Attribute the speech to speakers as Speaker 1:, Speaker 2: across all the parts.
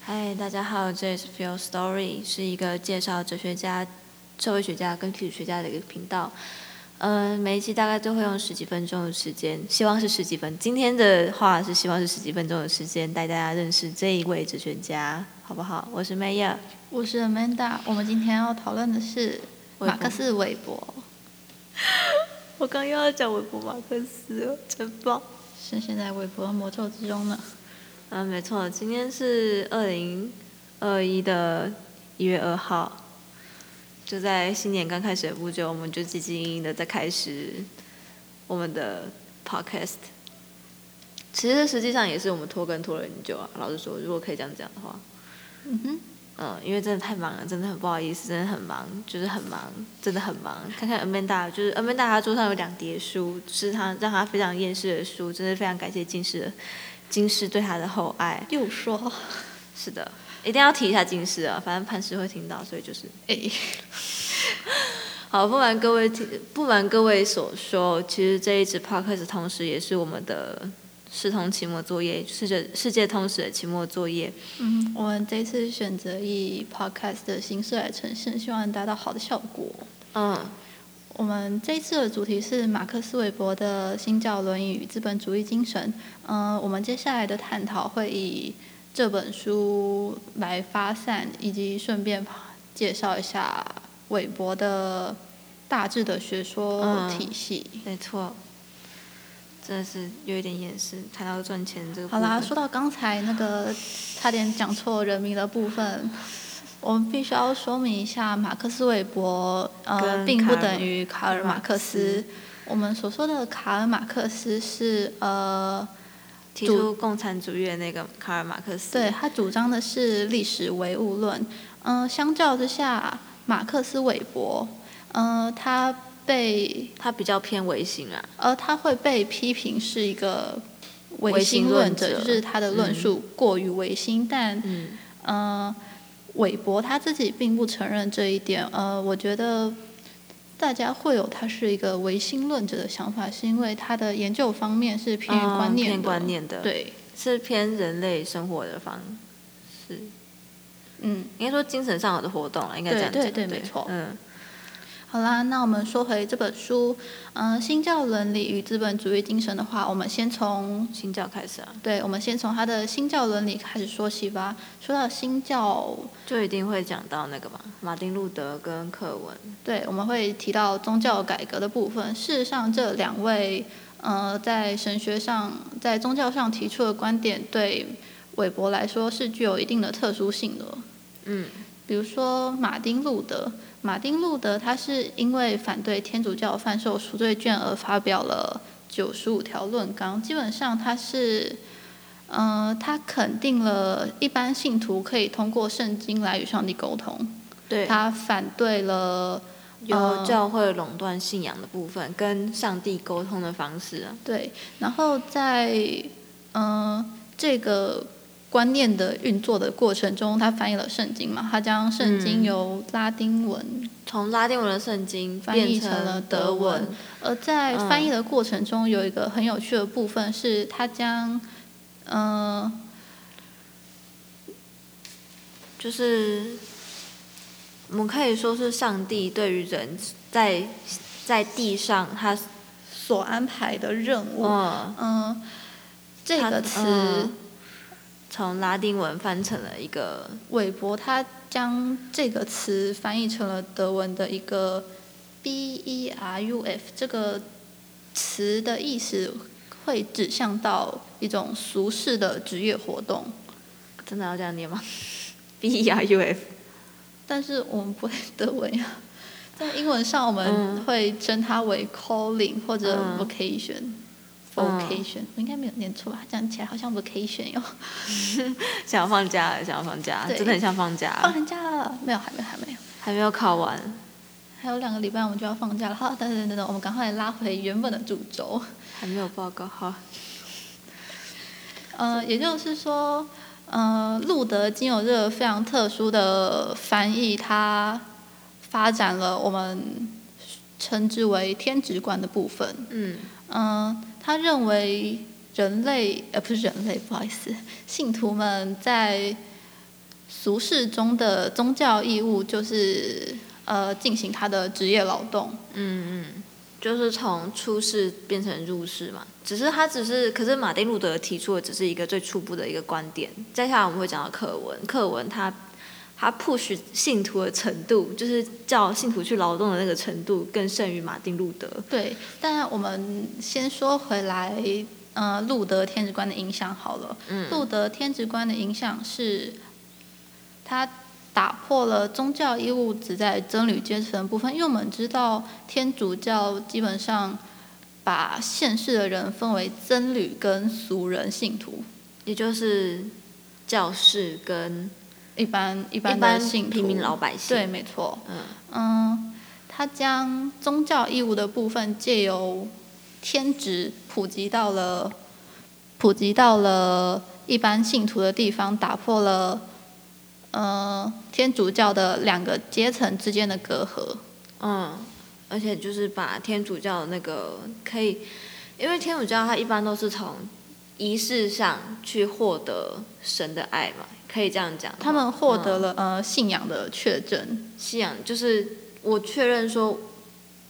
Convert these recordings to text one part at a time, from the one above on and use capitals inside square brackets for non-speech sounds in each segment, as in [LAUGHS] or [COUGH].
Speaker 1: 嗨，大家好，这里是 Feel Story，是一个介绍哲学家、社会学家跟历史学家的一个频道。嗯，每一期大概都会用十几分钟的时间，希望是十几分。今天的话是希望是十几分钟的时间带大家认识这一位哲学家，好不好？我是 Maya，
Speaker 2: 我是 Amanda，我们今天要讨论的是
Speaker 1: 韦伯
Speaker 2: 马克思韦伯，
Speaker 1: 我刚又要讲韦伯马克思了，真棒。
Speaker 2: 深陷在韦伯的魔咒之中呢。
Speaker 1: 嗯，没错，今天是二零二一的一月二号，就在新年刚开始的不久，我们就积极营营的在开始我们的 podcast。其实实际上也是我们拖更拖了很久啊。老实说，如果可以这样讲的话，
Speaker 2: 嗯哼，
Speaker 1: 嗯，因为真的太忙了，真的很不好意思，真的很忙，就是很忙，真的很忙。看看 Amanda，就是 Amanda 她桌上有两叠书，是她让她非常厌世的书，真的非常感谢金氏的金氏对她的厚爱。
Speaker 2: 又说，
Speaker 1: 是的，一定要提一下近视啊，反正潘石会听到，所以就是
Speaker 2: 哎，
Speaker 1: 好。不瞒各位听，不瞒各位所说，其实这一支 podcast 同时也是我们的视同期末作业，世界世界通史的期末作业。
Speaker 2: 嗯，我们这次选择以 podcast 的形式来呈现，希望达到好的效果。
Speaker 1: 嗯，
Speaker 2: 我们这一次的主题是马克思韦伯的《新教伦理与资本主义精神》。嗯、我们接下来的探讨会以这本书来发散，以及顺便介绍一下韦伯的大致的学说
Speaker 1: 嗯
Speaker 2: 体系。
Speaker 1: 没错，真的是有一点掩饰，谈到赚钱这个部
Speaker 2: 好
Speaker 1: 分。
Speaker 2: 啦，说到刚才那个差点讲错人名的部分，我们必须要说明一下，马克思韦伯呃
Speaker 1: 跟
Speaker 2: 并
Speaker 1: 卡
Speaker 2: 不
Speaker 1: 尔
Speaker 2: 等于卡尔马克
Speaker 1: 马克
Speaker 2: 思。我们所说的卡尔马克思是呃，
Speaker 1: 提出共产主义的那个卡尔马克思。
Speaker 2: 对，他主张的是历史唯物论。嗯、相较之下，马克思韦伯，呃，他被
Speaker 1: 他比较偏唯心啊，
Speaker 2: 呃，他会被批评是一个
Speaker 1: 唯
Speaker 2: 唯
Speaker 1: 心
Speaker 2: 心
Speaker 1: 论
Speaker 2: 论者，
Speaker 1: 者
Speaker 2: 就是他的论述过于唯心，但
Speaker 1: 嗯，
Speaker 2: 呃，韦伯他自己并不承认这一点。呃，我觉得大家会有他是一个唯心论者的想法，是因为他的研究方面是偏于观念
Speaker 1: 嗯啊
Speaker 2: 的。
Speaker 1: 偏观念的，，
Speaker 2: 对，
Speaker 1: 是偏人类生活的方式。
Speaker 2: 嗯，
Speaker 1: 应该说精神上的活动啊了，应该这样讲。
Speaker 2: 对对对没错
Speaker 1: 嗯，
Speaker 2: 好啦，那我们说回这本书，嗯、新教伦理与资本主义精神》的话，我们先从
Speaker 1: 新教开始啊，
Speaker 2: 对，我们先从他的新教伦理开始说起吧。说到新教，
Speaker 1: 就一定会讲到那个嘛，马丁路德跟克文。
Speaker 2: 对，我们会提到宗教改革的部分。事实上，这两位呃，在神学上、在宗教上提出的观点，对韦伯来说是具有一定的特殊性的。哦
Speaker 1: 嗯，
Speaker 2: 比如说马丁路德，马丁路德他是因为反对天主教贩售赎罪券而发表了九十五条论纲，基本上他是。呃，他肯定了一般信徒可以通过圣经来与上帝沟通。
Speaker 1: 对，
Speaker 2: 他反对了
Speaker 1: 有
Speaker 2: 呃
Speaker 1: 教会垄断信仰的部分，跟上帝沟通的方式啊。
Speaker 2: 对，然后在呃这个观念的运作的过程中，他翻译了圣经嘛，他将圣经
Speaker 1: 嗯
Speaker 2: 由拉丁文，
Speaker 1: 从拉丁文的圣经
Speaker 2: 翻译
Speaker 1: 变
Speaker 2: 成了
Speaker 1: 德
Speaker 2: 德文而在
Speaker 1: 嗯
Speaker 2: 翻译的过程中，有一个很有趣的部分是，他将呃
Speaker 1: 就是我们可以说是上帝对于人在在地上他
Speaker 2: 所安排的任务，嗯、
Speaker 1: 嗯
Speaker 2: 这
Speaker 1: 他
Speaker 2: 个词。
Speaker 1: 嗯从拉丁文翻成了一个
Speaker 2: 韦伯他将这个词翻译成了德文的一个 B E R U F 这个词的意思会指向到一种俗世的职业活动，
Speaker 1: 真的要这样念吗？B E R U F
Speaker 2: 但是我们不会德文呀。在英文上，我们
Speaker 1: 嗯
Speaker 2: 会称它为 calling 或者
Speaker 1: 嗯
Speaker 2: vocation、
Speaker 1: 嗯
Speaker 2: vocation，我应该没有念错吧？它讲起来好像 vocation 哟。
Speaker 1: 想要放假了，想要放假，
Speaker 2: 对
Speaker 1: 真的很想放假，
Speaker 2: 放寒假了？没有，还没有，还没有。
Speaker 1: 还没有考完。
Speaker 2: 还有两个礼拜我们就要放假了，好，等等等等，我们赶快拉回原本的主轴。
Speaker 1: 还没有报告好，啊
Speaker 2: 呃，也就是说，呃，路德经有这个非常特殊的翻译，它发展了我们称之为天职观的部分。
Speaker 1: 嗯，
Speaker 2: 嗯，他认为人类，呃，不是人类，不好意思，信徒们在俗世中的宗教义务，就是呃进行他的职业劳动。
Speaker 1: 嗯嗯，就是从出世变成入世嘛。只是他只是，可是马丁路德提出的只是一个最初步的一个观点。接下来我们会讲到课文，课文他他 push 信徒的程度，就是叫信徒去劳动的那个程度，更胜于马丁路德。
Speaker 2: 对，但我们先说回来，呃，路德天职观的影响好了。
Speaker 1: 嗯
Speaker 2: 路德天职观的影响是，他打破了宗教义务只在真理阶层的部分，因为我们知道天主教基本上把现世的人分为僧侣跟俗人信徒，
Speaker 1: 也就是教士跟
Speaker 2: 一般一
Speaker 1: 一
Speaker 2: 般
Speaker 1: 般
Speaker 2: 的信徒
Speaker 1: 平民老百姓。
Speaker 2: 对，，没错。
Speaker 1: 嗯
Speaker 2: 嗯，他将宗教义务的部分借由天职普及到了普及到了一般信徒的地方，打破了呃天主教的两个阶层之间的隔阂。
Speaker 1: 嗯，而且就是把天主教的那个可以，因为天主教它一般都是从仪式上去获得神的爱嘛，可以这样讲吗。
Speaker 2: 他们获得
Speaker 1: 嗯
Speaker 2: 了、呃信仰的确证，
Speaker 1: 信仰就是我确认说，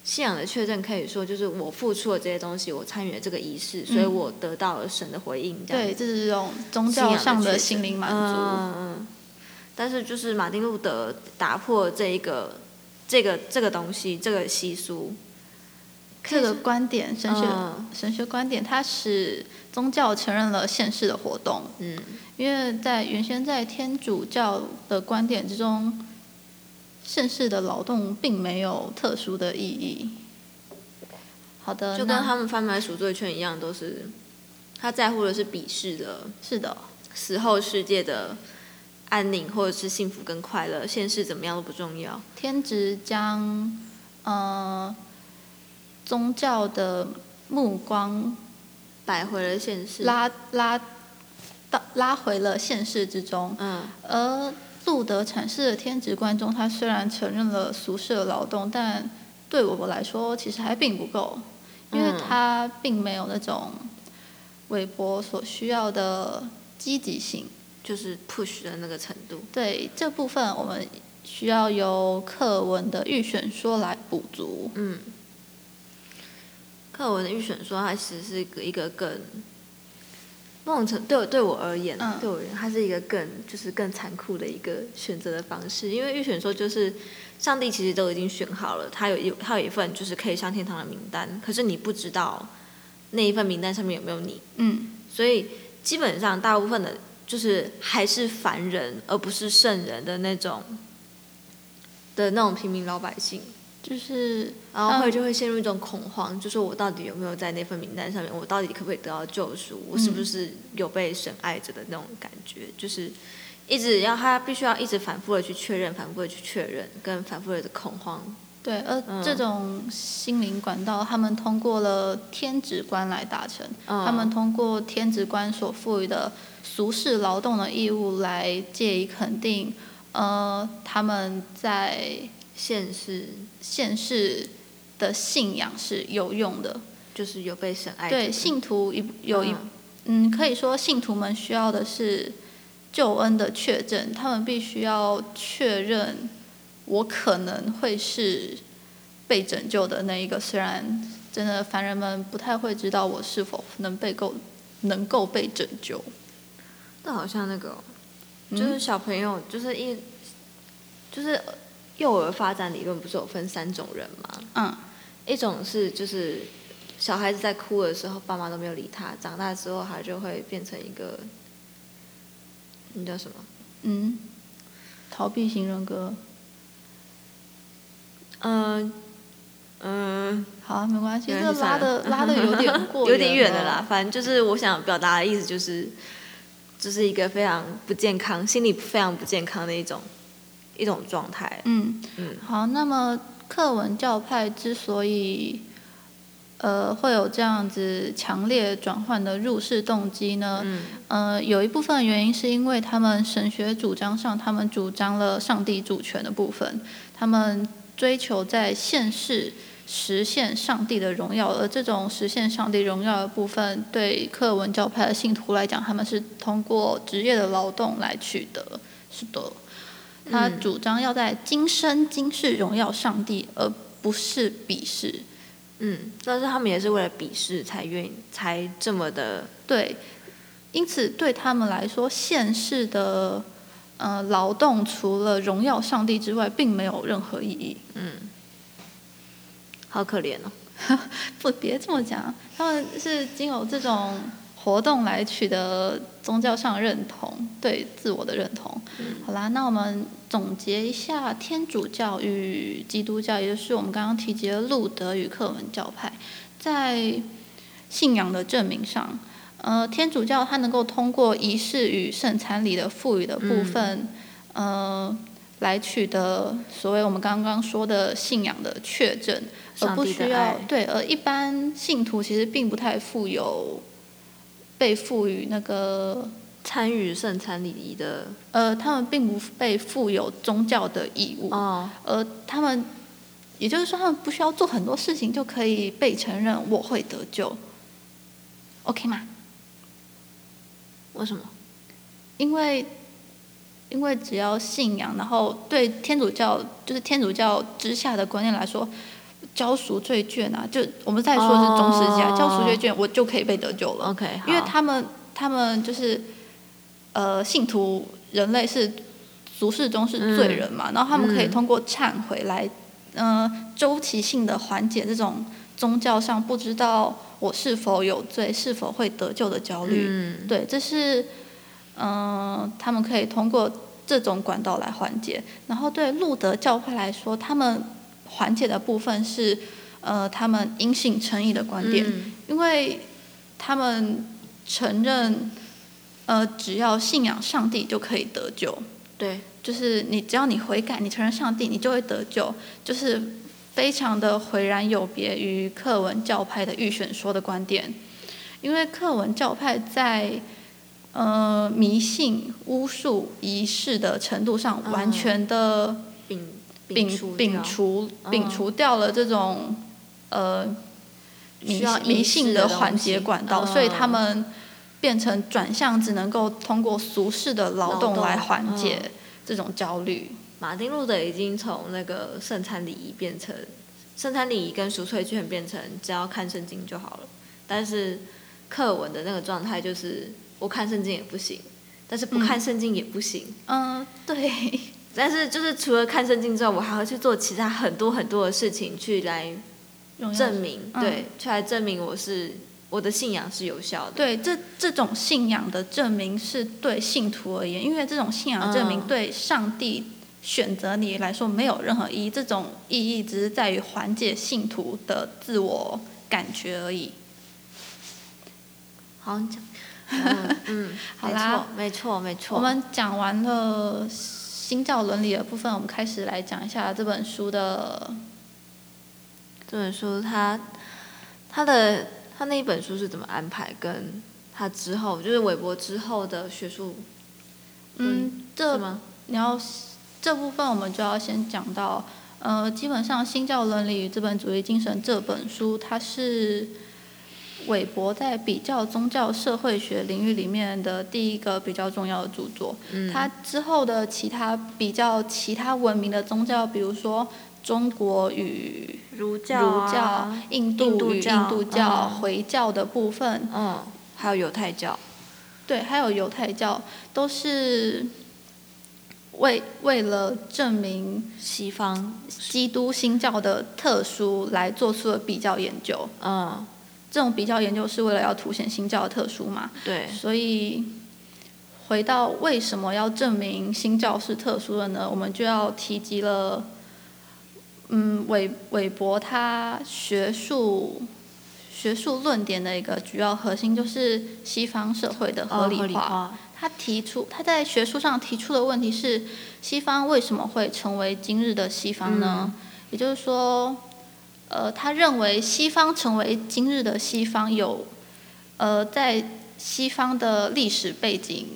Speaker 1: 信仰的确认可以说就是我付出了这些东西，我参与了这个仪式，所以我得到了神的回应，这样
Speaker 2: 嗯对，
Speaker 1: 子
Speaker 2: 这是一种宗
Speaker 1: 信仰
Speaker 2: 教上
Speaker 1: 确
Speaker 2: 的
Speaker 1: 认
Speaker 2: 心灵满足。
Speaker 1: 嗯嗯嗯。但是就是马丁路德打破这一个这个这个东西这个习俗，
Speaker 2: 这个
Speaker 1: 可以是
Speaker 2: 观点，神学、
Speaker 1: 嗯
Speaker 2: 神学观点，它使宗教承认了现世的活动。
Speaker 1: 嗯
Speaker 2: 因为在原先在天主教的观点之中，现世的劳动并没有特殊的意义。好的，
Speaker 1: 就跟
Speaker 2: 那
Speaker 1: 他们贩卖赎罪券一样，都是他在乎的是比世的
Speaker 2: 是的，
Speaker 1: 死后世界的安宁或者是幸福跟快乐，现世怎么样都不重要。
Speaker 2: 天职将呃宗教的目光
Speaker 1: 摆回了现世。
Speaker 2: 拉拉到拉回了现世之中，
Speaker 1: 嗯
Speaker 2: 而路德阐释的天职观中，他虽然承认了俗世的劳动，但对我来说其实还并不够，因为
Speaker 1: 嗯
Speaker 2: 他并没有那种韦伯所需要的积极性。，
Speaker 1: 就是 push 的那个程度。
Speaker 2: 对这部分，我们需要由课文的预选说来补足。
Speaker 1: 嗯，课文的预选说，它其实是一个一个更某种程对我对我而言，
Speaker 2: 嗯
Speaker 1: 对我而言，它是一个更就是更残酷的一个选择的方式。因为预选说就是上帝其实都已经选好了，他有有他有一份就是可以上天堂的名单，可是你不知道那一份名单上面有没有你，
Speaker 2: 嗯，
Speaker 1: 所以基本上大部分的，就是还是凡人，而不是圣人的那种的那种平民老百姓，
Speaker 2: 就是
Speaker 1: 然后会
Speaker 2: 嗯
Speaker 1: 就会陷入一种恐慌，就是我到底有没有在那份名单上面？我到底可不可以得到救赎？我是不是有被神爱着的那种感觉？就是一直要他必须要一直反复的去确认，反复的去确认，跟反复的恐慌。
Speaker 2: 对，而
Speaker 1: 嗯
Speaker 2: 这种心灵管道，他们通过了天职观来达成。
Speaker 1: 嗯
Speaker 2: 他们通过天职官所赋予的俗世劳动的义务来借以肯定，呃，他们在
Speaker 1: 现实
Speaker 2: 现世的信仰是有用的。
Speaker 1: 就是有被神爱着的
Speaker 2: 对，信徒一有一
Speaker 1: 嗯
Speaker 2: 嗯，可以说信徒们需要的是救恩的确证，他们必须要确认我可能会是被拯救的那一个。虽然真的凡人们不太会知道我是否能被够能够被拯救。
Speaker 1: 那好像那个哦、
Speaker 2: 嗯
Speaker 1: 就是小朋友，就是一，就是幼儿发展理论不是有分三种人吗？
Speaker 2: 嗯，
Speaker 1: 一种是就是小孩子在哭的时候，爸妈都没有理他，长大之后他就会变成一个，那叫什么？
Speaker 2: 嗯，逃避型人格，
Speaker 1: 嗯、嗯。
Speaker 2: 好、啊，没关系，
Speaker 1: 没关
Speaker 2: 这个
Speaker 1: 系
Speaker 2: 拉的
Speaker 1: 算了
Speaker 2: 拉的有
Speaker 1: [LAUGHS]
Speaker 2: 点过，
Speaker 1: 有点远了啦。。反正就是我想表达的意思就是，这、是一个非常不健康、心理非常不健康的一种一种状态。
Speaker 2: 嗯
Speaker 1: 嗯，
Speaker 2: 好，那么课文教派之所以呃会有这样子强烈转换的入世动机呢，
Speaker 1: 嗯
Speaker 2: 呃，有一部分原因是因为他们神学主张上，他们主张了上帝主权的部分，他们追求在现世实现上帝的荣耀，而这种实现上帝荣耀的部分，对克文教派的信徒来讲，他们是通过职业的劳动来取得，是的，他主张要在今生今世荣耀上帝，而不是鄙视。
Speaker 1: 嗯，但是他们也是为了鄙视才愿意才这么的，
Speaker 2: 对，因此对他们来说，现世的呃劳动除了荣耀上帝之外，并没有任何意义。
Speaker 1: 嗯，好可怜哦。
Speaker 2: 不，别这么讲，他们是经由这种活动来取得宗教上的认同，对自我的认同。好啦，那我们总结一下天主教与基督教，也就是我们刚刚提及的路德与克门教派，在信仰的证明上，呃，天主教它能够通过仪式与圣餐礼的赋予的部分，呃，来取得所谓我们刚刚说的信仰的确证。
Speaker 1: 上
Speaker 2: 而呃不
Speaker 1: 帝
Speaker 2: 需
Speaker 1: 的
Speaker 2: 要
Speaker 1: 爱，
Speaker 2: 对，而一般信徒其实并不太富有被赋予那个
Speaker 1: 参与圣餐礼仪的
Speaker 2: 呃，他们并不被赋有宗教的义务，
Speaker 1: 哦，
Speaker 2: 而他们也就是说，他们不需要做很多事情就可以被承认我会得救，OK 吗？
Speaker 1: 为什么？
Speaker 2: 因为因为只要信仰，然后对天主教就是天主教之下的观念来说，交赎罪券啊，就我们再说是中世纪啊，
Speaker 1: 哦
Speaker 2: 交赎罪券我就可以被得救了。
Speaker 1: OK，
Speaker 2: 因为
Speaker 1: 好
Speaker 2: 他们他们就是呃信徒人类是俗世中是罪人嘛，然后他们可以
Speaker 1: 嗯
Speaker 2: 通过忏悔来呃周期性的缓解这种宗教上不知道我是否有罪、是否会得救的焦虑。
Speaker 1: 嗯
Speaker 2: 对，这是嗯、呃他们可以通过这种管道来缓解。然后对路德教派来说，他们缓解的部分是呃他们因信称义的观点。
Speaker 1: 嗯
Speaker 2: 因为他们承认，呃，只要信仰上帝就可以得救，
Speaker 1: 对，
Speaker 2: 就是你只要你悔改，你承认上帝，你就会得救，就是非常的诲然有别于课文教派的预选说的观点，因为课文教派在呃迷信、巫术、仪式的程度上，完全的、
Speaker 1: 并
Speaker 2: 摒
Speaker 1: 除
Speaker 2: 摒
Speaker 1: 掉
Speaker 2: 除
Speaker 1: 嗯
Speaker 2: 摒除掉了这种呃迷
Speaker 1: 需要
Speaker 2: 迷
Speaker 1: 仪式
Speaker 2: 信的
Speaker 1: 的
Speaker 2: 缓
Speaker 1: 东西
Speaker 2: 解管道，所以他
Speaker 1: 嗯
Speaker 2: 们变成转向只能够通过俗世的劳
Speaker 1: 劳
Speaker 2: 动来
Speaker 1: 动
Speaker 2: 缓解
Speaker 1: 嗯
Speaker 2: 这种焦虑。
Speaker 1: 马丁路德已经从那个圣餐礼仪变成圣餐礼仪跟赎罪券变成只要看圣经就好了，但是课文的那个状态就是我看圣经也不行，但是不看圣经也不行，
Speaker 2: 嗯、对，
Speaker 1: 但是就是除了看圣经之外，我还要去做其他很多很多的事情去来
Speaker 2: 荣耀
Speaker 1: 证明，
Speaker 2: 嗯
Speaker 1: 对，去来证明我是我的信仰是有效的。
Speaker 2: 对，这这种信仰的证明是对信徒而言，因为这种信仰的证明
Speaker 1: 嗯
Speaker 2: 对上帝选择你来说没有任何意义，这种意义只是在于缓解信徒的自我感觉而已。
Speaker 1: 好，你讲，嗯，嗯
Speaker 2: [LAUGHS] 好啦
Speaker 1: 没错，没错，没错。
Speaker 2: 我们讲完了新教伦理的部分，我们开始来讲一下这本书的。
Speaker 1: 这本书它它的它那一本书是怎么安排，跟它之后就是韦伯之后的学术
Speaker 2: 嗯，
Speaker 1: 是
Speaker 2: 这
Speaker 1: 吗？
Speaker 2: 你要这部分我们就要先讲到，呃，基本上《新教伦理与资本主义精神》这本书，它是韦伯在比较宗教社会学领域里面的第一个比较重要的著作。
Speaker 1: 嗯，
Speaker 2: 他之后的其他比较其他文明的宗教，比如说中国与
Speaker 1: 儒教、啊
Speaker 2: 儒教、印
Speaker 1: 印
Speaker 2: 度
Speaker 1: 度
Speaker 2: 与
Speaker 1: 教
Speaker 2: 印度教、
Speaker 1: 嗯
Speaker 2: 回教的部分，
Speaker 1: 嗯，还有犹太教，
Speaker 2: 对，还有犹太教，都是为为了证明
Speaker 1: 西方，
Speaker 2: 基督新教的特殊来做出了比较研究。
Speaker 1: 嗯，
Speaker 2: 这种比较研究是为了要凸显新教的特殊嘛？
Speaker 1: 对，
Speaker 2: 所以回到为什么要证明新教是特殊的呢？我们就要提及了，嗯，韦韦伯他学术学术论点的一个主要核心就是西方社会的合
Speaker 1: 呃
Speaker 2: 理
Speaker 1: 合理
Speaker 2: 化。
Speaker 1: 化，
Speaker 2: 他提出他在学术上提出的问题是：西方为什么会成为今日的西方呢？也就是说，呃，他认为西方成为今日的西方有，呃，在西方的历史背景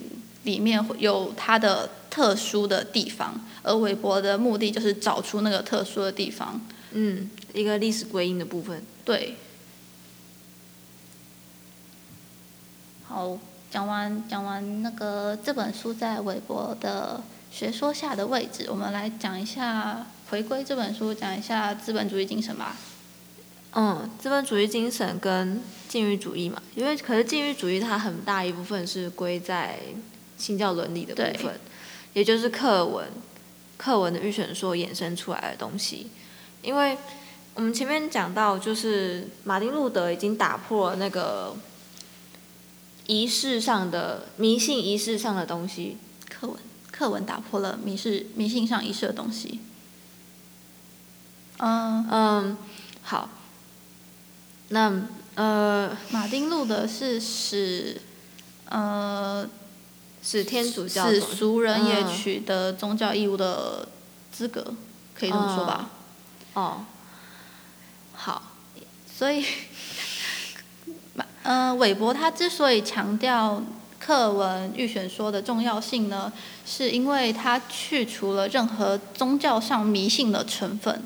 Speaker 2: 里面会有它的特殊的地方，而韦伯的目的就是找出那个特殊的地方。
Speaker 1: 嗯，一个历史归因的部分，
Speaker 2: 对。好，讲完讲完那个这本书在韦伯的学说下的位置，我们来讲一下《回归》这本书，讲一下资本主义精神吧。
Speaker 1: 嗯，资本主义精神跟禁欲主义嘛，因为可是禁欲主义它很大一部分是归在性教伦理的部分，也就是课文课文的预选说衍生出来的东西。因为我们前面讲到，就是马丁路德已经打破了那个仪式上的迷信仪式上的东西，
Speaker 2: 课文课文打破了迷失迷信上仪式的东西。嗯，
Speaker 1: 嗯，好，那呃
Speaker 2: 马丁路德是使呃
Speaker 1: 是天主教
Speaker 2: 使
Speaker 1: 总
Speaker 2: 俗人也
Speaker 1: 嗯
Speaker 2: 取得宗教义务的资格，可以这么说吧。
Speaker 1: 哦，好，
Speaker 2: 所以， [LAUGHS] 嗯、呃，韦伯他之所以强调课文预选说的重要性呢，是因为他去除了任何宗教上迷信的成分，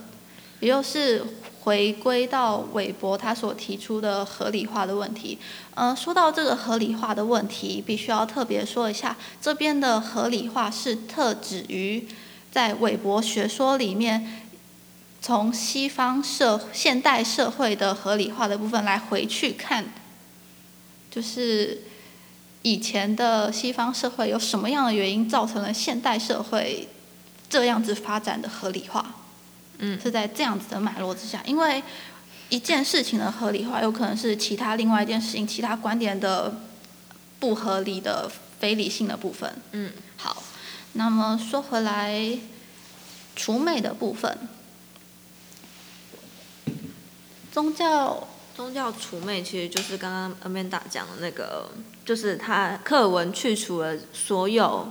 Speaker 2: 也就是回归到韦伯他所提出的合理化的问题。呃，说到这个合理化的问题，必须要特别说一下，这边的合理化是特指于在韦伯学说里面从西方社现代社会的合理化的部分来回去看，就是以前的西方社会有什么样的原因造成了现代社会这样子发展的合理化？
Speaker 1: 嗯
Speaker 2: 是在这样子的脉络之下，因为一件事情的合理化，有可能是其他另外一件事情、其他观点的不合理的、非理性的部分。
Speaker 1: 嗯，
Speaker 2: 好，那么说回来，除魅的部分，宗教
Speaker 1: 宗教除魅其实就是刚刚 Amanda 讲的那个，就是他课文去除了所有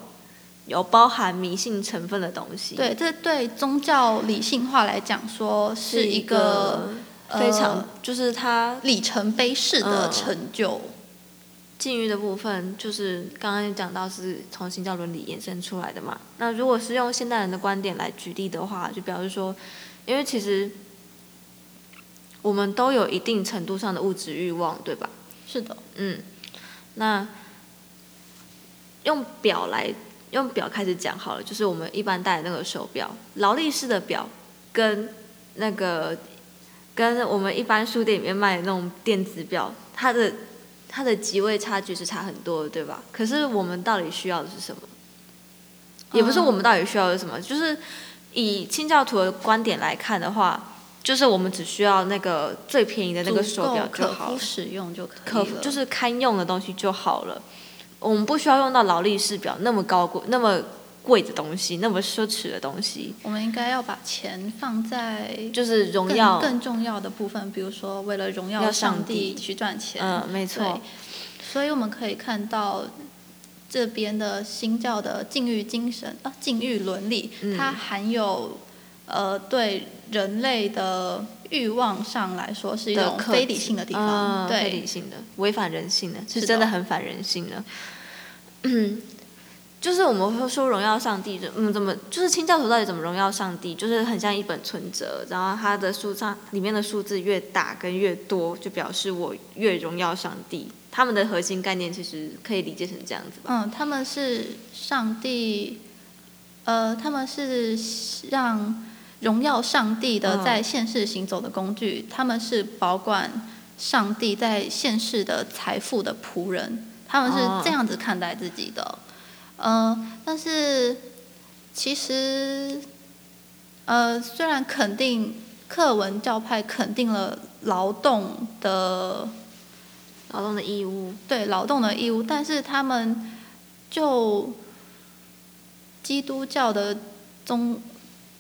Speaker 1: 有包含迷信成分的东西，，
Speaker 2: 对这对宗教理性化来讲说是
Speaker 1: 是
Speaker 2: 一
Speaker 1: 一
Speaker 2: 个
Speaker 1: 个非常、
Speaker 2: 呃
Speaker 1: 就是他
Speaker 2: 里程碑式的
Speaker 1: 嗯
Speaker 2: 成就。
Speaker 1: 禁欲的部分，就是刚刚有讲到是从新教伦理衍生出来的嘛。那如果是用现代人的观点来举例的话，就表示说，因为其实我们都有一定程度上的物质欲望，对吧？
Speaker 2: 是的，
Speaker 1: 嗯，那用表来用表开始讲好了，就是我们一般戴的那个手表，劳力士的表跟那个跟我们一般书店里面卖的那种电子表，它的它的级位差距是差很多的，对吧？可是我们到底需要的是什么？也不是我们到底需要的是什么，就是以清教徒的观点来看的话，就是我们只需要那个最便宜的那个
Speaker 2: 足
Speaker 1: 手表
Speaker 2: 够
Speaker 1: 就
Speaker 2: 可
Speaker 1: 好了
Speaker 2: 夫。使用就可
Speaker 1: 可
Speaker 2: 以了。
Speaker 1: 就是堪用的东西就好了。我们不需要用到劳力士表那么高贵、那么贵的东西，那么奢侈的东西，
Speaker 2: 我们应该要把钱放在
Speaker 1: 就是荣
Speaker 2: 更
Speaker 1: 耀。
Speaker 2: 更重要的部分，比如说为了荣耀
Speaker 1: 要
Speaker 2: 上
Speaker 1: 上帝
Speaker 2: 去赚钱。
Speaker 1: 嗯，没错
Speaker 2: 对。，所以我们可以看到这边的新教的禁欲精神啊，禁欲伦理，
Speaker 1: 嗯
Speaker 2: 它含有呃对人类的欲望上来说是一
Speaker 1: 的
Speaker 2: 种
Speaker 1: 克
Speaker 2: 非
Speaker 1: 制
Speaker 2: 理性的地
Speaker 1: 嗯
Speaker 2: 方，
Speaker 1: 非
Speaker 2: 对
Speaker 1: 理性的，违反人性的，
Speaker 2: 是
Speaker 1: 是
Speaker 2: 的
Speaker 1: 真的很反人性的。 [CLEARS THROAT] 嗯，就是我们会说荣耀上帝，就嗯，怎么就是清教徒到底怎么荣耀上帝？就是很像一本存折，然后它的数上里面的数字越大跟越多，就表示我越荣耀上帝。他们的核心概念其实可以理解成这样子吧？
Speaker 2: 嗯，他们是上帝，呃，他们是让荣耀上帝的
Speaker 1: 嗯
Speaker 2: 在现世行走的工具，他们是保管上帝在现世的财富的仆人，他们是
Speaker 1: 哦
Speaker 2: 这样子看待自己的。呃，但是其实，呃，虽然肯定课文教派肯定了劳动的
Speaker 1: 劳动的义务，
Speaker 2: 对劳动的义务，但是他们就基督教的宗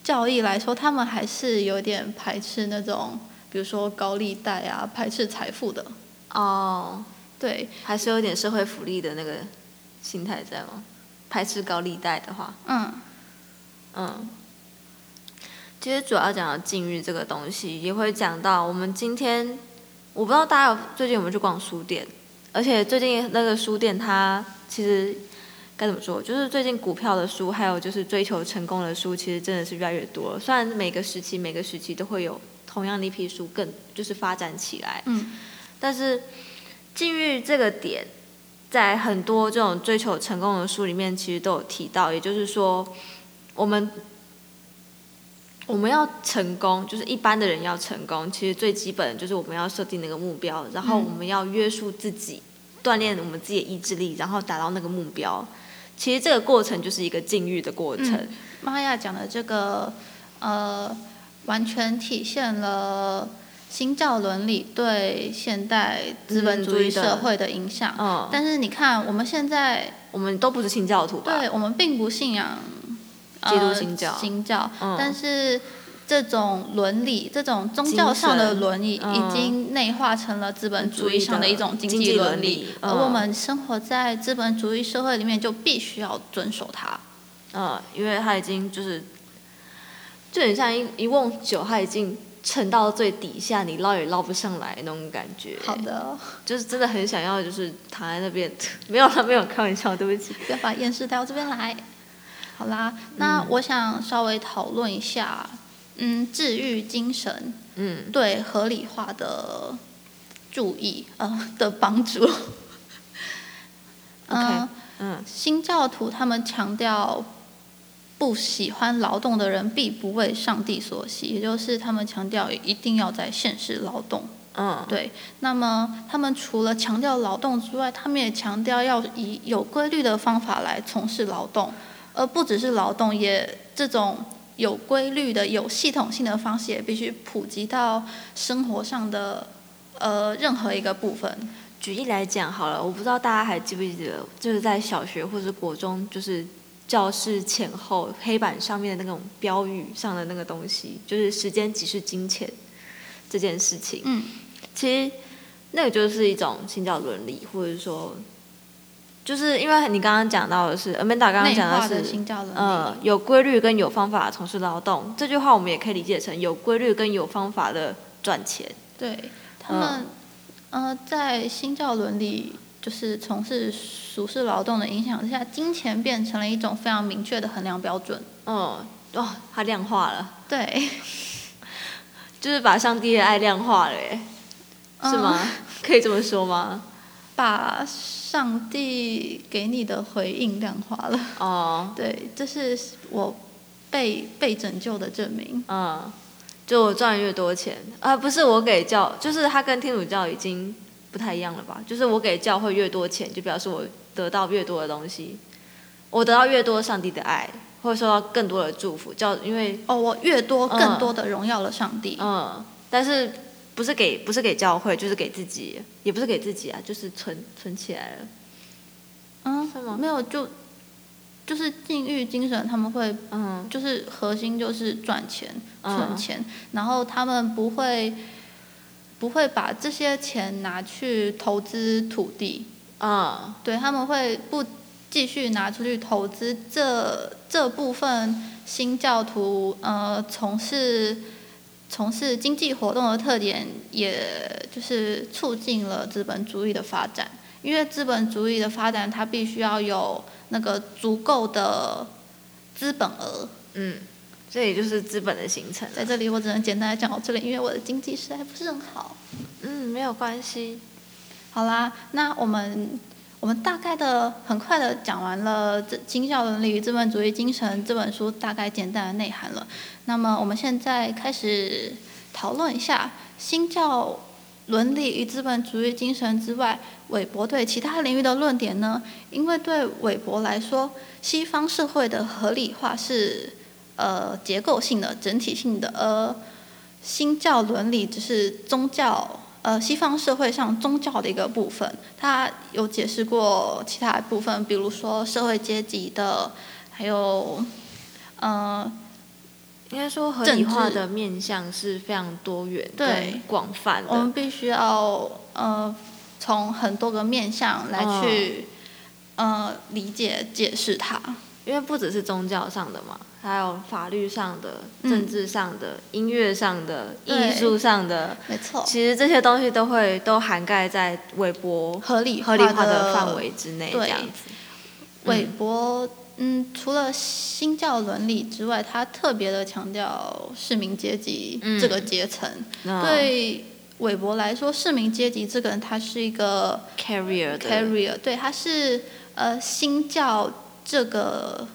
Speaker 2: 教义来说，他们还是有点排斥那种，比如说高利贷啊，排斥财富的。
Speaker 1: 哦，
Speaker 2: 对，
Speaker 1: 还是有点社会福利的那个心态在吗？排斥高利贷的话，
Speaker 2: 嗯，
Speaker 1: 嗯，其实主要讲到禁欲这个东西，也会讲到我们今天，我不知道大家有最近有没有去逛书店，而且最近那个书店它其实该怎么说，就是最近股票的书，还有就是追求成功的书，其实真的是越来越多了。虽然每个时期每个时期都会有同样的一批书更就是发展起来，
Speaker 2: 嗯，
Speaker 1: 但是禁欲这个点，在很多这种追求成功的书里面，其实都有提到，也就是说，我们我们要成功，就是一般的人要成功，其实最基本的就是我们要设定那个目标，然后我们要约束自己，锻炼我们自己的意志力，然后达到那个目标。其实这个过程就是一个禁欲的过程，
Speaker 2: 嗯玛雅讲的这个，呃，完全体现了新教伦理对现代资本主义社会嗯的影响。
Speaker 1: 嗯，
Speaker 2: 但是你看，我们现在
Speaker 1: 我们都不是清教徒吧？
Speaker 2: 对我们并不信仰
Speaker 1: 基督
Speaker 2: 呃
Speaker 1: 新教
Speaker 2: 新教，
Speaker 1: 嗯
Speaker 2: 但是这种伦理、这种宗教上的
Speaker 1: 精神
Speaker 2: 伦理，
Speaker 1: 嗯
Speaker 2: 已经内化成了资本主义上的一种经
Speaker 1: 经济
Speaker 2: 济
Speaker 1: 伦
Speaker 2: 伦
Speaker 1: 理
Speaker 2: 理，
Speaker 1: 嗯
Speaker 2: 而我们生活在资本主义社会里面，就必须要遵守它。
Speaker 1: 嗯，因为他已经就是，就很像一一瓮酒，它已经沉到最底下，你捞也捞不上来那种感觉。
Speaker 2: 好，的，
Speaker 1: 就是真的很想要，就是躺在那边， [LAUGHS] 没有啦，没有开玩笑，对不起。
Speaker 2: 不要把厌世带到这边来。好啦，
Speaker 1: 嗯
Speaker 2: 那我想稍微讨论一下，嗯，治愈精神
Speaker 1: 嗯，
Speaker 2: 对合理化的注意，呃的帮助。 [LAUGHS] 嗯，
Speaker 1: 嗯
Speaker 2: 新教徒他们强调，不喜欢劳动的人必不为上帝所喜，也就是他们强调一定要在现实劳动。
Speaker 1: 嗯，
Speaker 2: 对，那么他们除了强调劳动之外，他们也强调要以有规律的方法来从事劳动，而不只是劳动，也这种有规律的、有系统性的方式也必须普及到生活上的呃任何一个部分。
Speaker 1: 举例来讲好了，我不知道大家还记不记得，就是在小学或者国中，就是教室前后黑板上面的那种标语上的那个东西，就是“时间即是金钱”这件事情。
Speaker 2: 嗯，
Speaker 1: 其实那个就是一种新教伦理，或者说，就是因为你刚刚讲到的是 Amanda 刚刚
Speaker 2: 内
Speaker 1: 讲
Speaker 2: 化
Speaker 1: 是
Speaker 2: 的新教伦理。
Speaker 1: 呃，有规律跟有方法从事劳动这句话，我们也可以理解成有规律跟有方法的赚钱。
Speaker 2: 对他们，呃，在新教伦理就是从事俗世劳动的影响之下，金钱变成了一种非常明确的衡量标准。
Speaker 1: 嗯，哦，它量化了，
Speaker 2: 对，
Speaker 1: 就是把上帝的爱量化了，耶，是吗？
Speaker 2: 嗯
Speaker 1: 可以这么说吗？
Speaker 2: 把上帝给你的回应量化了。 [LAUGHS]
Speaker 1: 哦，
Speaker 2: 对，这是我被被拯救的证明。
Speaker 1: 嗯，就我赚越多钱啊，不是我给教，就是它跟天主教已经不太一样了吧？就是我给教会越多钱，就表示我得到越多的东西，我得到越多上帝的爱，或者受到更多的祝福。教因为
Speaker 2: 哦，我越多
Speaker 1: 嗯
Speaker 2: 更多的荣耀了上帝。
Speaker 1: 嗯，但是不是给不是给教会，就是给自己，也不是给自己啊，就是存存起来了。
Speaker 2: 嗯，
Speaker 1: 是吗
Speaker 2: 没有就就是禁欲精神，他们会
Speaker 1: 嗯
Speaker 2: 就是核心就是赚钱、
Speaker 1: 嗯
Speaker 2: 存钱，然后他们不会不会把这些钱拿去投资土地，
Speaker 1: 嗯
Speaker 2: 对他们会不继续拿出去投资这这部分新教徒呃从事从事经济活动的特点，也就是促进了资本主义的发展。因为资本主义的发展，它必须要有那个足够的资本额。
Speaker 1: 嗯，这也就是资本的形成了。
Speaker 2: 在这里，我只能简单的讲到这里，因为我的经济实在不是很好。
Speaker 1: 嗯，没有关系。
Speaker 2: 好啦，那我们我们大概的很快的讲完了《这金教伦理与资本主义精神》这本书大概简单的内涵了。那么我们现在开始讨论一下新教伦理与资本主义精神之外，韦伯对其他领域的论点呢？因为对韦伯来说，西方社会的合理化是呃结构性的、整体性的，呃而新教伦理只是宗教。呃，西方社会上宗教的一个部分，他有解释过其他部分，比如说社会阶级的，还有，呃，
Speaker 1: 应该说合
Speaker 2: 政
Speaker 1: 理化
Speaker 2: 治
Speaker 1: 的面向是非常多元、
Speaker 2: 对
Speaker 1: 跟广泛
Speaker 2: 我们
Speaker 1: 的。
Speaker 2: 必须要呃从很多个面向来
Speaker 1: 嗯
Speaker 2: 去、呃理解解释它。
Speaker 1: 因为不只是宗教上的嘛，还有法律上的、
Speaker 2: 嗯
Speaker 1: 政治上的、音乐上的、
Speaker 2: 对哦
Speaker 1: 艺术上的，
Speaker 2: 没错，
Speaker 1: 其实这些东西都会都涵盖在韦伯
Speaker 2: 合理
Speaker 1: 合理化
Speaker 2: 化
Speaker 1: 的范。围嗯之内，这
Speaker 2: 对
Speaker 1: 样子。
Speaker 2: 韦伯嗯，除了新教伦理之外，他特别的强调市民阶级
Speaker 1: 嗯
Speaker 2: 这个阶层。
Speaker 1: 那，
Speaker 2: 对韦伯来说，市民阶级这个人他是一个
Speaker 1: carrier 的
Speaker 2: carrier，对，他是呃新教这个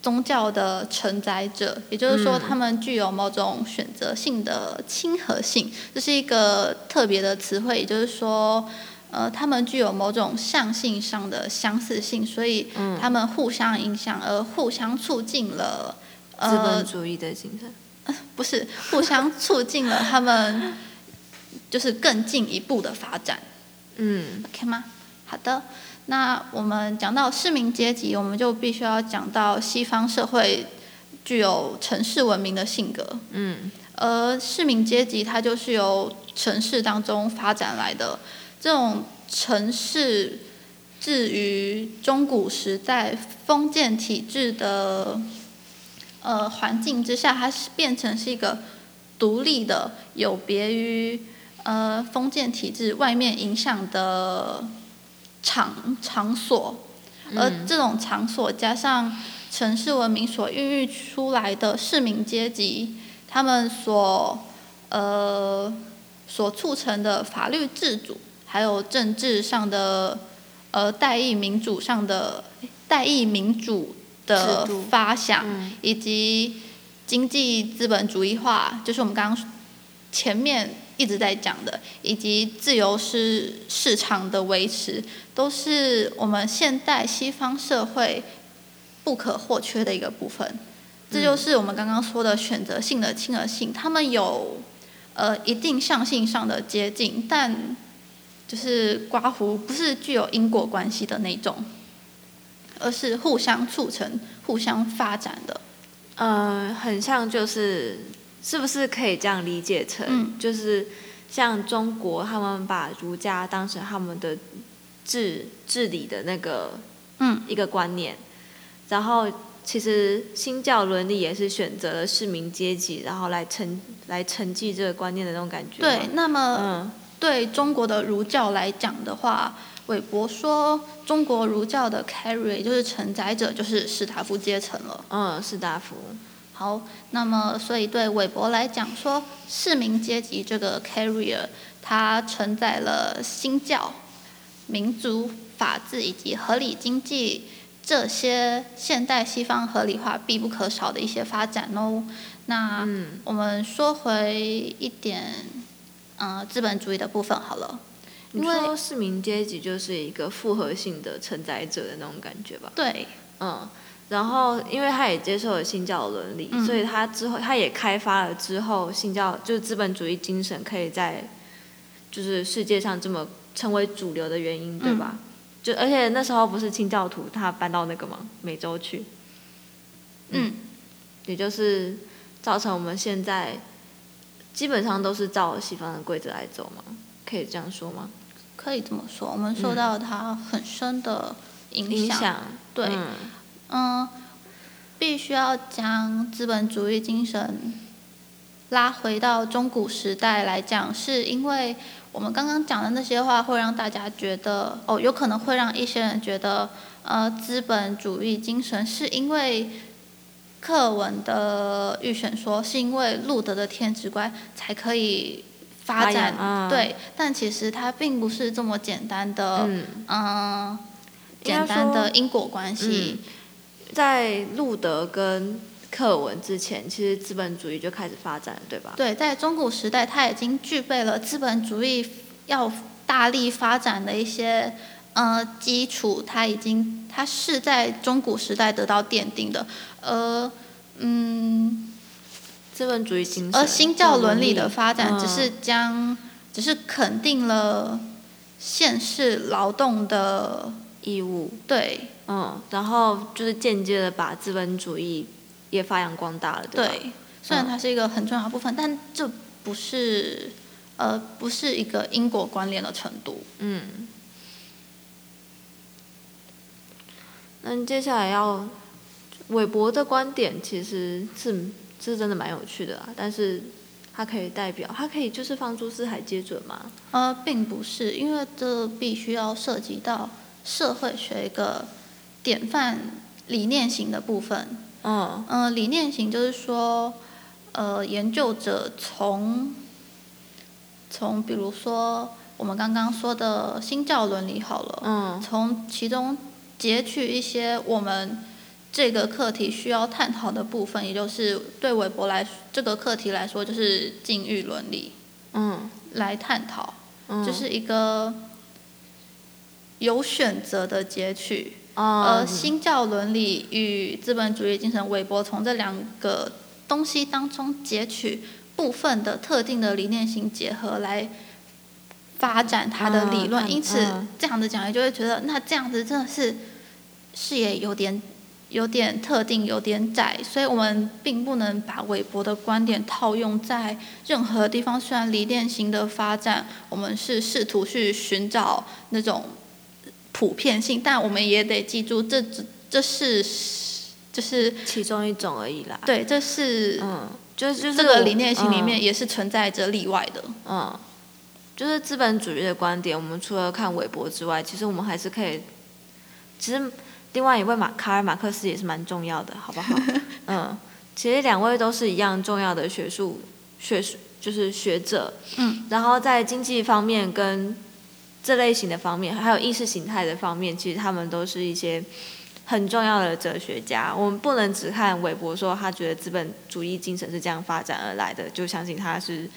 Speaker 2: 宗教的承载者，也就是说
Speaker 1: 嗯
Speaker 2: 他们具有某种选择性的亲和性，这是一个特别的词汇，也就是说。呃，他们具有某种象性上的相似性，所以
Speaker 1: 嗯
Speaker 2: 他们互相影响，而互相促进了
Speaker 1: 资
Speaker 2: 呃
Speaker 1: 本主义的精神。
Speaker 2: 不是互相促进了他们就是更进一步的发展
Speaker 1: 嗯
Speaker 2: ，OK 吗？好的，那我们讲到市民阶级，我们就必须要讲到西方社会具有城市文明的性格，
Speaker 1: 嗯
Speaker 2: 而市呃民阶级它就是由城市当中发展来的。这种城市至于中古时代封建体制的呃环境之下，它是变成是一个独立的、有别于呃封建体制外面影响的场场所，而这种场所加上城市文明所孕育出来的市民阶级，他们所呃所促成的法律自主，还有政治上的呃代议民主上的代议民主的
Speaker 1: 制度
Speaker 2: 发想，
Speaker 1: 嗯
Speaker 2: 以及经济资本主义化，就是我们刚刚前面一直在讲的，以及自由市市场的维持，都是我们现代西方社会不可或缺的一个部分。这就是我们刚刚说的选择性的亲和性，他们有呃一定象性上的接近，但就是刮胡不是具有因果关系的那种，而是互相促成、互相发展的。
Speaker 1: 呃，很像就是是不是可以这样理解成，
Speaker 2: 嗯
Speaker 1: 就是像中国他们把儒家当成他们的治治理的那个
Speaker 2: 嗯
Speaker 1: 一个观念，然后其实新教伦理也是选择了市民阶级，然后来承来承继这个观念的那种感觉。
Speaker 2: 对，，那么、
Speaker 1: 嗯
Speaker 2: 对中国的儒教来讲的话，韦伯说中国儒教的 carry 也就是承载者，就是士大夫阶层了。
Speaker 1: 嗯，士大夫，
Speaker 2: 好，那么所以对韦伯来讲说，市民阶级这个 carrier，它承载了新教、民族、法治以及合理经济这些现代西方合理化必不可少的一些发展哦。那
Speaker 1: 嗯
Speaker 2: 我们说回一点，呃，资本主义的部分好了。
Speaker 1: 你
Speaker 2: 因为
Speaker 1: 说市民阶级就是一个复合性的承载者的那种感觉吧？
Speaker 2: 对，
Speaker 1: 嗯，然后因为他也接受了新教伦理，
Speaker 2: 嗯
Speaker 1: 所以他之后他也开发了之后新教就是资本主义精神可以在就是世界上这么成为主流的原因，
Speaker 2: 嗯
Speaker 1: 对吧？就而且那时候不是清教徒他搬到那个吗美洲去，
Speaker 2: 嗯，
Speaker 1: 也就是造成我们现在基本上都是照西方的规则来走嘛，可以这样说吗？
Speaker 2: 可以这么说，我们受
Speaker 1: 嗯
Speaker 2: 到它很深的影响。
Speaker 1: 影响
Speaker 2: 对，
Speaker 1: 嗯
Speaker 2: 嗯，必须要将资本主义精神拉回到中古时代来讲，是因为我们刚刚讲的那些话会让大家觉得，哦，有可能会让一些人觉得，呃，资本主义精神是因为呃课文的预选说是因为路德的天职观才可以发
Speaker 1: 发
Speaker 2: 展
Speaker 1: 扬，嗯
Speaker 2: 对，但其实它并不是这么简单的，
Speaker 1: 嗯。
Speaker 2: 嗯，
Speaker 1: 应该
Speaker 2: 简单
Speaker 1: 说嗯
Speaker 2: 的因果关系。
Speaker 1: 在路德跟课文之前，其实资本主义就开始发展了，对吧？
Speaker 2: 对，在中古时代，它已经具备了资本主义要大力发展的一些呃基础，它已经它是在中古时代得到奠定的。而嗯，
Speaker 1: 资本主义精神，
Speaker 2: 而新教伦理的发展
Speaker 1: 嗯
Speaker 2: 只是将、只是肯定了现世劳动的
Speaker 1: 义务，
Speaker 2: 对
Speaker 1: 嗯，然后就是间接的把资本主义也发扬光大了，对吧？
Speaker 2: 对，虽然
Speaker 1: 嗯
Speaker 2: 它是一个很重要的部分，但这不是呃不是一个因果关联的程度。
Speaker 1: 嗯。那接下来要韦伯的观点其实是是真的蛮有趣的啊，但是他可以代表，他可以就是放诸四海皆准嘛，
Speaker 2: 呃，并不是，因为这必须要涉及到社会学一个典范理念型的部分。
Speaker 1: 嗯
Speaker 2: 嗯、理呃念型就是说，呃，研究者从从比如说我们刚刚说的新教伦理好了，
Speaker 1: 嗯
Speaker 2: 从其中截取一些我们这个课题需要探讨的部分，也就是对韦伯来这个课题来说，就是禁欲伦理
Speaker 1: 嗯
Speaker 2: 来探讨，
Speaker 1: 嗯，
Speaker 2: 就是一个有选择的截取。而
Speaker 1: 呃
Speaker 2: 新教伦理与资本主义精神，韦伯从这两个东西当中截取部分的特定的理念型结合来发展他的理论，
Speaker 1: 嗯嗯
Speaker 2: 因此
Speaker 1: 嗯
Speaker 2: 这样的讲义就会觉得，那这样子真的是视野有点有点特定，有点窄，所以我们并不能把韦伯的观点套用在任何地方。虽然理念型的发展，我们是试图去寻找那种普遍性，但我们也得记住这，这这是就是
Speaker 1: 其中一种而已啦。，
Speaker 2: 对，这是、
Speaker 1: 嗯，就就是
Speaker 2: 这个
Speaker 1: 我
Speaker 2: 理念型里
Speaker 1: 嗯
Speaker 2: 面也是存在着例外的。
Speaker 1: 嗯，就是资本主义的观点，我们除了看韦伯之外，其实我们还是可以，其实另外一位马卡尔马克思也是蛮重要的，好不好？嗯，其实两位都是一样重要的学术学术就是学者，
Speaker 2: 嗯，
Speaker 1: 然后在经济方面跟这类型的方面，还有意识形态的方面，其实他们都是一些。很重要的哲学家，我们不能只看韦伯说他觉得资本主义精神是这样发展而来的，就相信他是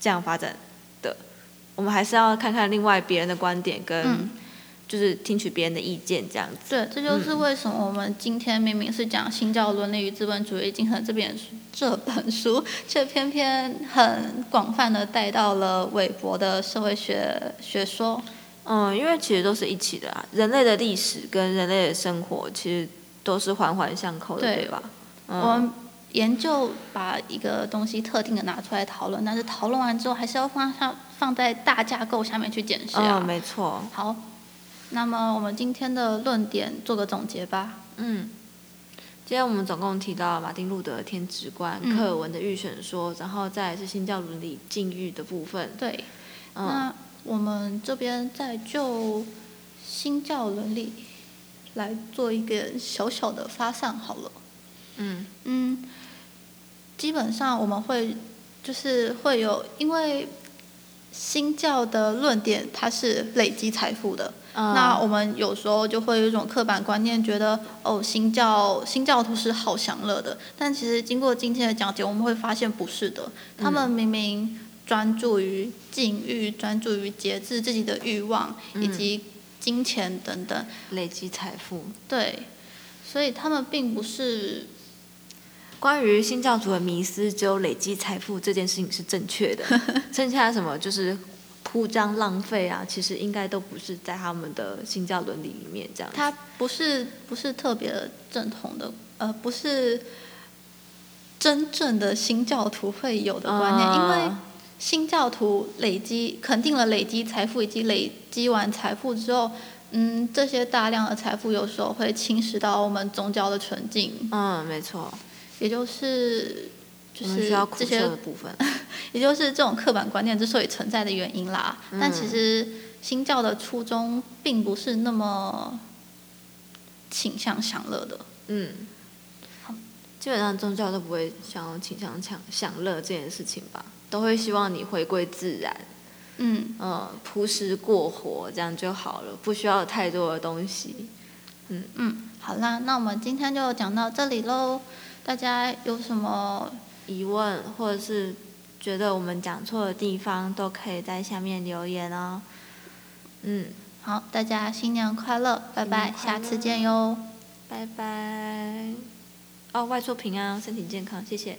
Speaker 1: 这样发展的。我们还是要看看另外别人的观点，跟
Speaker 2: 嗯
Speaker 1: 就是听取别人的意见这样子。
Speaker 2: 对，这就是为什么我们今天明明是讲《新教伦理与资本主义精神》这本书，这本书 [LAUGHS] 却偏偏很广泛的带到了韦伯的社会学学说。
Speaker 1: 嗯，因为其实都是一起的啊，人类的历史跟人类的生活其实都是环环相扣的，
Speaker 2: 对
Speaker 1: 对吧？
Speaker 2: 我
Speaker 1: 嗯
Speaker 2: 们研究把一个东西特定的拿出来讨论，但是讨论完之后还是要放上放在大架构下面去检视啊。
Speaker 1: 嗯，没错，
Speaker 2: 好，那么我们今天的论点做个总结吧。
Speaker 1: 嗯。今天我们总共提到马丁路德的天职观、
Speaker 2: 嗯
Speaker 1: 课文的预选说，然后再来是新教伦理禁欲的部分。
Speaker 2: 对，
Speaker 1: 嗯，
Speaker 2: 那我们这边再就新教伦理来做一个小小的发散好了。
Speaker 1: 嗯
Speaker 2: 嗯，基本上我们会就是会有，因为新教的论点它是累积财富的，
Speaker 1: 嗯
Speaker 2: 那我们有时候就会有一种刻板观念，觉得哦，新教新教徒是好享乐的，但其实经过今天的讲解，我们会发现不是的，他们明明专注于禁欲，专注于节制自己的欲望以及金钱等等，
Speaker 1: 累积财富。
Speaker 2: 对，所以他们并不是
Speaker 1: 关于新教徒的迷思，只有累积财富这件事情是正确
Speaker 2: [LAUGHS]
Speaker 1: 的，剩下什么就是铺张浪费啊，其实应该都不是在他们的新教伦理里面这样子。
Speaker 2: 它不是不是特别的正统的，呃，不是真正的新教徒会有的观念，因为
Speaker 1: 嗯
Speaker 2: 新教徒累积肯定了累积财富，以及累积完财富之后，嗯，这些大量的财富有时候会侵蚀到我们宗教的纯净，
Speaker 1: 嗯，没错，
Speaker 2: 也就是就
Speaker 1: 我们
Speaker 2: 是
Speaker 1: 需要苦
Speaker 2: 这
Speaker 1: 涩
Speaker 2: 些
Speaker 1: 的部分。
Speaker 2: 也就是这种刻板观念之所以存在的原因啦。
Speaker 1: 嗯
Speaker 2: 但其实新教的初衷并不是那么倾向享乐的。
Speaker 1: 嗯，基本上宗教都不会想要倾向享享乐这件事情吧，都会希望你回归自然，
Speaker 2: 嗯，
Speaker 1: 嗯，朴实过活这样就好了，不需要太多的东西。
Speaker 2: 嗯好啦，那我们今天就讲到这里喽。大家有什么
Speaker 1: 疑问，或者是觉得我们讲错的地方，都可以在下面留言哦。嗯，
Speaker 2: 好？大家新年快乐，拜拜，
Speaker 1: 新
Speaker 2: 下
Speaker 1: 年快乐
Speaker 2: 次见哟。
Speaker 1: 拜拜。哦，外出平安哦，身体健康，谢谢。